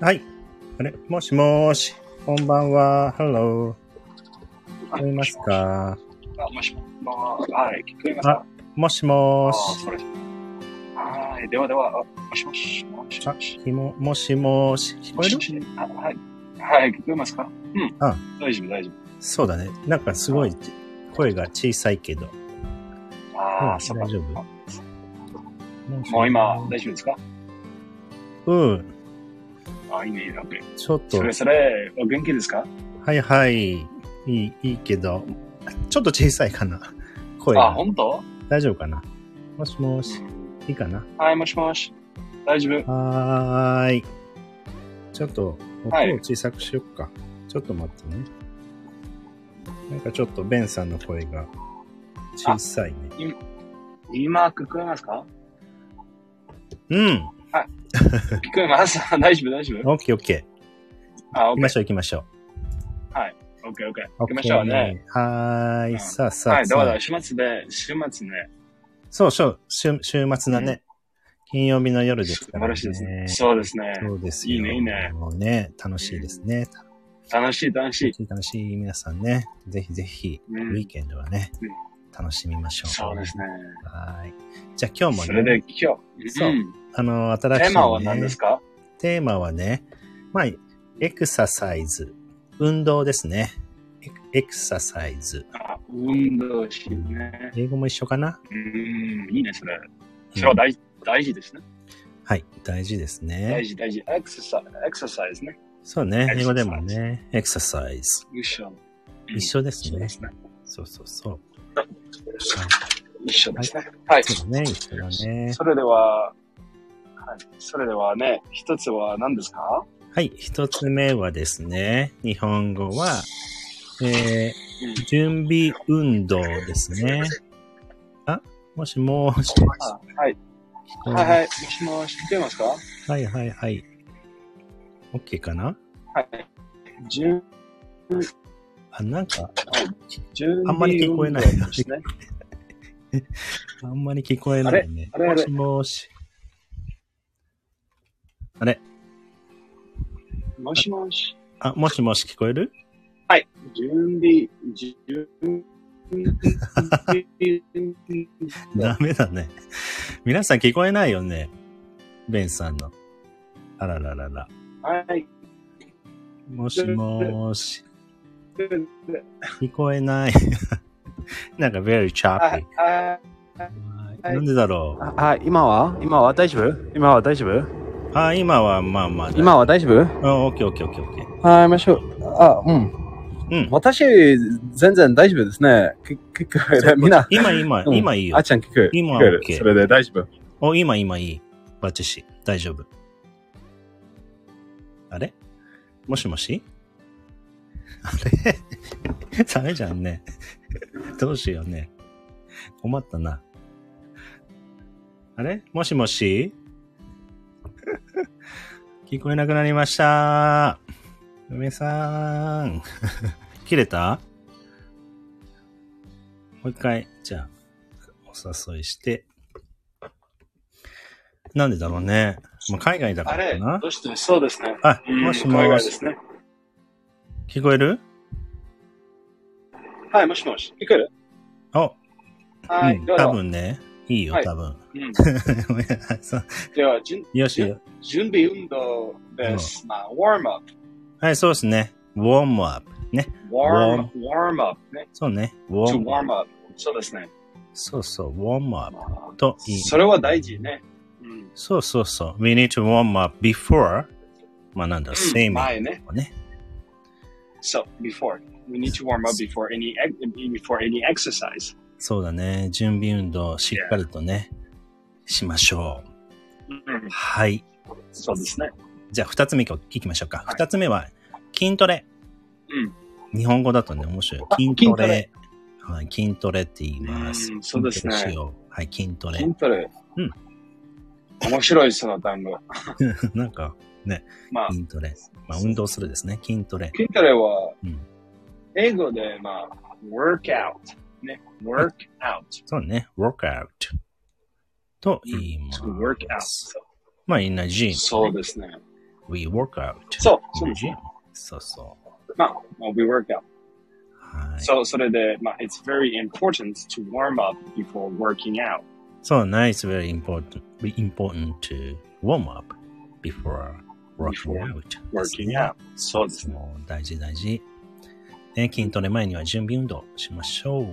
はい。あれもしもーし。こんばんは。Hello。聞こえますかあ、もしも、まあ、はい、聞こえますかもしもーあし。それはい、ではでは、あもしもし、もしもし。ひももしもーし。聞こえるるはい、はい、聞こえますかうん。あ大丈夫、大丈そうだね。なんかすごい声が小さいけど。夫。あうあ、んそうか。大丈夫もう今、大丈夫ですかうん。あ、いいね、オッケー。ちょっとそれ、それ、お元気ですかはいはい。いい、いいけど。ちょっと小さいかな。声あ、が。本当大丈夫かなもしもーし。いいかなはい、もしもし。大丈夫。はーい。ちょっと、音はいを小さくしよっか。ちょっと待ってね。なんかちょっとベンさんの声が小さいね。今、聞こえますかうん。聞こえます。 大丈夫、大丈夫。オッケーオッケー。あ、オ行きッケまーしょう行きましょオッケー、オッケー。う。行きましょう OK ね。。はーうい。んさあさあ。はい、どさうあだ、週末で、週末ね。そうそう。週週末だね。金曜日の夜です素か晴らね。らしいですね。そうですね。そうですよいいねいいねもうね、楽しいですね。楽しい、楽しい楽。しい、楽しい。皆さんね、ぜひぜひ、うウんィーケンドはねうん、楽しみましょう。そうですね。はい。じゃあ今日もね、それで今日、そうんあの、新しい、ね、テーマは何ですかテーマはね、まあ、エクササイズ。運動ですね。エクエクササイズ。あ運動しね。英語も一緒かなうん、いいね、それ。それは大,、大事ですね。はい。大事ですね大。事、大事。エクササイズ、エクササイズね。そうね。エクササイズ英語でもね、エクササイズ。一緒。うん一緒ですそうねで。すね。そうそうそう。一緒ですね。はい。そうだね。一緒だね。それでは、はい。それではね、一つは何ですかはい。一つ目はですね、日本語は、えうんー、準備運動ですね。あ、もしもし。あはい。うはんいはい。もしもし、聞こえますかは。はいはいはい。OK かない準あ、なんか、準あ備んまり聞こえない運動ですね。あんまり聞こえないね。あれあもれしもし。あれもしもし。あ、もしもし聞こえる準備、準備。ダメだね。皆さん聞こえないよね。ベンさんの。あらららら。はい。もしもし。聞こえない。なんか very choppy。あ はいなんでだろう。はい、今は今は大丈夫今は大丈夫あ、今はまあまあ。今は大丈夫あ、OK OK OK OK。はい、ましょう。あ、うん。うん。私、全然大丈夫ですね。き聞こえる。みんな。今今、うん今いいよあ。ちゃん聞こえる。今聞こえる OK それで大丈夫。お、今、今いい。バッチシ。大丈夫。あれもしもしあれダメじゃんね。どうしようね。困ったな。あれもしもし聞こえなくなりました。梅さん。切れたもう一回、じゃあ、お誘いして。なんでだろうね。まあ、海外だかあられかなど。うしてそうですね。あ、うんもし海も外しで。すね。聞こえるはい、もしもし。聞こえるあ、はうい。んでは多分ね。いいよは、い多分。 うんごめんなさいでは、準よしよ。準備運動です。まあ、ウォームアップ。はい、そうですね。ウォームアップ。ね。ウォーム、ウォームアップね。そうね。ウ to ォー warm ムアッ up そうですね。プ。そうそう、ウォームアッまプあといい。それは大事ね。うん。そうそうそう。We need to warm up before. まあなんだ、うん same. 前ね。ね。 So, before. We need to warm up before any, ex- before any exercise. そうだね。準備運動しっかりとね、しましょう。うん。はい。そうですね。じゃあ、二つ目いこいきましょうか。はい二つ目は、筋トレ。日本語だとね、面白い。あ筋ト筋トレレ。はい、筋トレって言いますう。んそうですね筋トレしようはい、筋トレ筋。トレ。うん。面白い、その単語。 なんか、まあ、筋トレ。まあ、運動するですね。筋トレ。筋トレはうん、英語で、まあ、workout。ね。workout。そうね。workout と言います。 to work out. So, まあ、in a gym. そうですね。 We work out. そう、そう in で a す gym. ね。そうそう。まあ、まあ we work out. はい。そう、それで、まあ、it's very important to warm up before working out. そう、nice, very important, very important to warm up before working Before out. working out. そうですね。もう大事大事。ね、筋トレ前には準備運動しましょう。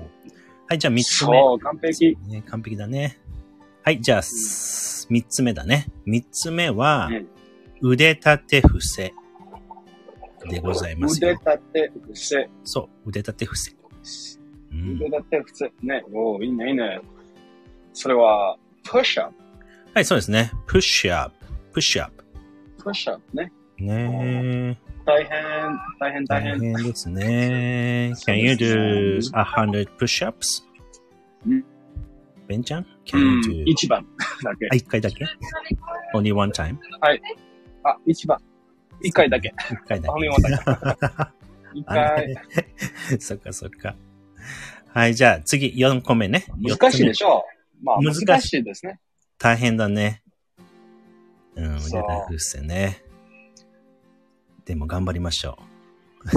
はい、じゃあ3つ目。そう、完璧。ね、完璧だね。はい、じゃあ、す三つ目だね。三つ目はうん、腕立て伏せでございます腕よ。立て伏せ。そう、腕立て伏せ。う腕ん、立て伏せ。ね、おーいいね、いいね。それは、push up。はい、そうですね。プッシュアップ。プッシュアップ。 push up ね。ねえ大変、大変、大大変。変ですね。そ Can う you で do す100 push-ups? うんベンちゃんう Can ん you、do? 一番だけあ、。一回だけ ?Only one time? あ、一番。一回だけ。一回だけ。 Only one だ 一あ回。れそっかそっか。はい、じゃあ次、4個目ね。難しいでしょしょう。まあ、難しい難しいですね。大変だね。うん、腕立てそう伏せね。でも頑張りましょう。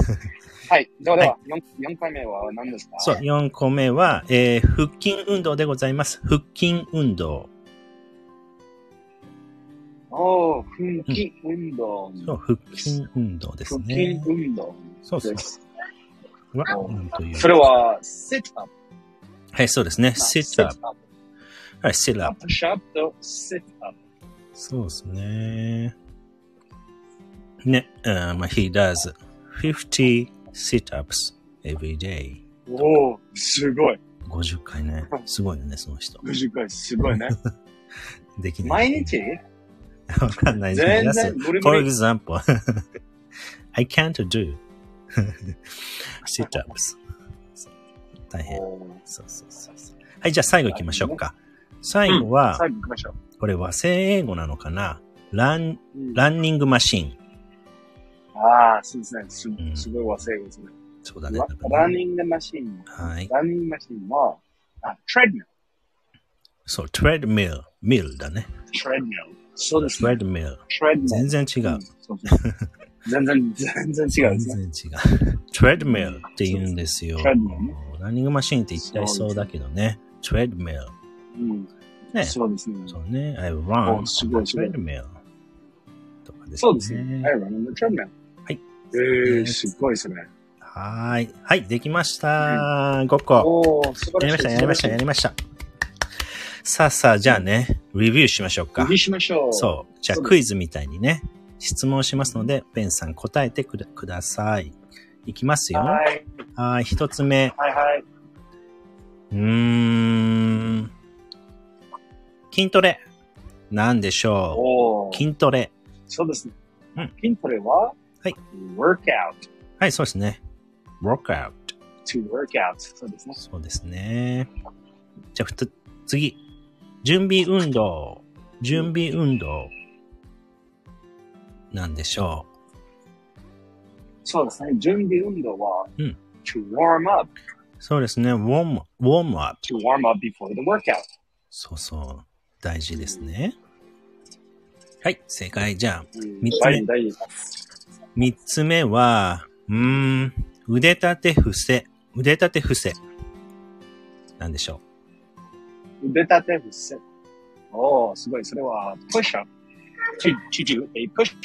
はい。ではでは、四四回目は何ですかそう、4個目は、えー、腹筋運動でございます。腹筋運動。おー、腹筋運動。そう、腹筋運動です腹筋ね。運動そうそうで。す。はそううんというそれは、sit up。はい、そうですね。sit up。 up。はい、sit up。 push up と sit up。そうですね。ね、うん、まあ、he does 50 sit-ups every day. おお、すごい。 50回ね。すごいよね、その人。 50回、すごいね。できない。 毎日わかんない全皆さん然、無 理 For 無理。 example, I can't do sit-ups. 大変。おーそうそうそうそう。はい、じゃあ最後行きましょうか。最後は、最後行きましょう。これ和製英語なのかなラン、うんランニングマシン。ああ、そうですね。すんすごい忘れですね。そうだね。ラランニングマシン。はい。ランニングマシンは、あ、トレッドミル。そう、トレッドミル。ミルだね。トレッドミル。そうですトね。レッドミル。トレッドミル。全然違う。うんそうそう全然、全然違う全ですね。然違う。トレッドミルって言うんですよ。トレッドミルねランニングマシンって言っちゃいそうだけどね。トレッドミル。うん。ね。そうですね。そうね。I run おすごいすごい treadmill とかですね。そうですね。はい、ランニングトレッドミル。はい。えー、すごいですね。はーい。はい、できました。5個。おー、素晴やりまらししい。た、やりました、や素晴らしりました。さあさあ、じゃあね、レビューしましょうい。かリ。リーしましょう。そう。じゃあそうですクイズみたいにね、質問しますので、ベンさん答えてくだください。いきますよ。ははい、ーい、一つ目。はい、はい。うーん。筋トレ。なんでしょう。おー、筋トレ。そうですねうん。筋トレは、はい。 workout, はい、そうですね。workout。 to workout. そうですね。そうですね。じゃあ、ふつ、次。準備運動。準備運動。なんでしょそうですね。準備運動は、うん、 to warm う。up, そうですね。ウォーム、ウォームアップ。 to warm up before the workout. そうそう。大事ですね。はい、正解。じゃあ、うん三つ目大事、大事。三つ目は、うーん、腕立て伏せ。腕立て伏せ。なんでしょ腕立て伏せ。おー、すごい。それは、push up. To, to do a push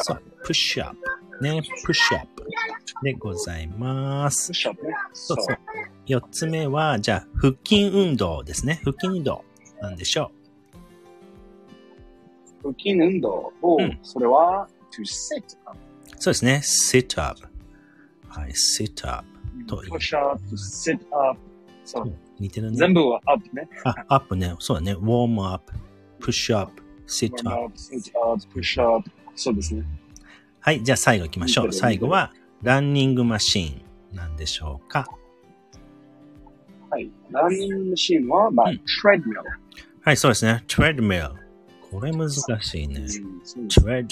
う。そう。プッシュアップ。ね、プッシュアップ。でございます。 push up ね。そうそう。四つ目は、じゃあ、腹筋運動ですね。腹筋運動。なんでしょ腹筋運動を、うんそれは、to sit up. う。そうですね。sit up。はい、sit up。と push up, to sit up. そう。似てるね。全部は up ね。あ、アップね。そうだね。ウォームアップ、プッシュアップ、sit warm up。 up, sit up, push up. そうですね。はい、じゃあ最後行きましょう。最後は、ランニングマシーン。なんでしょうか。はい。ランニングマシンは、まあ、うん treadmill。はい、そうですね。treadmill。これ難しいね。そうです treadmill。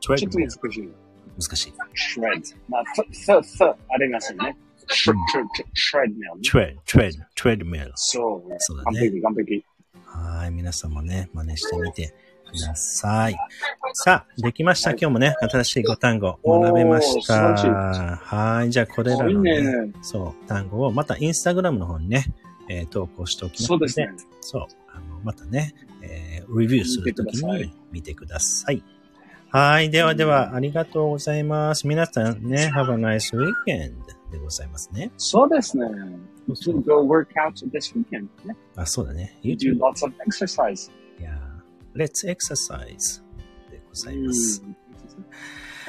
ちょっと treadmill。難しい。難しい。 shred。まあ、そう、そう、ありますよね。shred、shred ね。 tread、tread、treadmill。そう。そうだ完ね。璧、完璧。はい、皆さんもね、真似してみてください。さあ、できました。今日もね、新しい5単語学べましおー素晴らた。はい。じゃあ、これらいいの、ねね。そう、単語をまたインスタグラムの方にね、えー投稿しておきますのそうですね。そう。あのまたね、えーレビューするとき見てくださにい見てください。はい。ではでは、ありがとうございます。皆さんね、Have a nice weekend でございますね。そうですね。You should go work out this weekend. Yeah. あ、そうだね。 You You do do. lots of exercise. Yeah. Let's exercise でございます。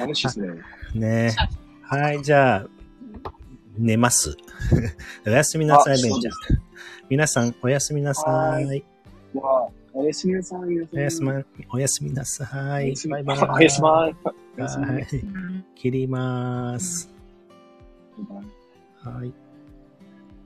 Mm.楽しいですね。ね。はい。じゃあ、寝ます。 おやすみなさい、あベそンうちゃでんす。皆さん、おやすみなさ。はいわあおやすみなさい。おやすみ、おやすみなさおいや。すみバイバイ。おやすみはなさい。おやすみなさいい。切ります。バイバイはい。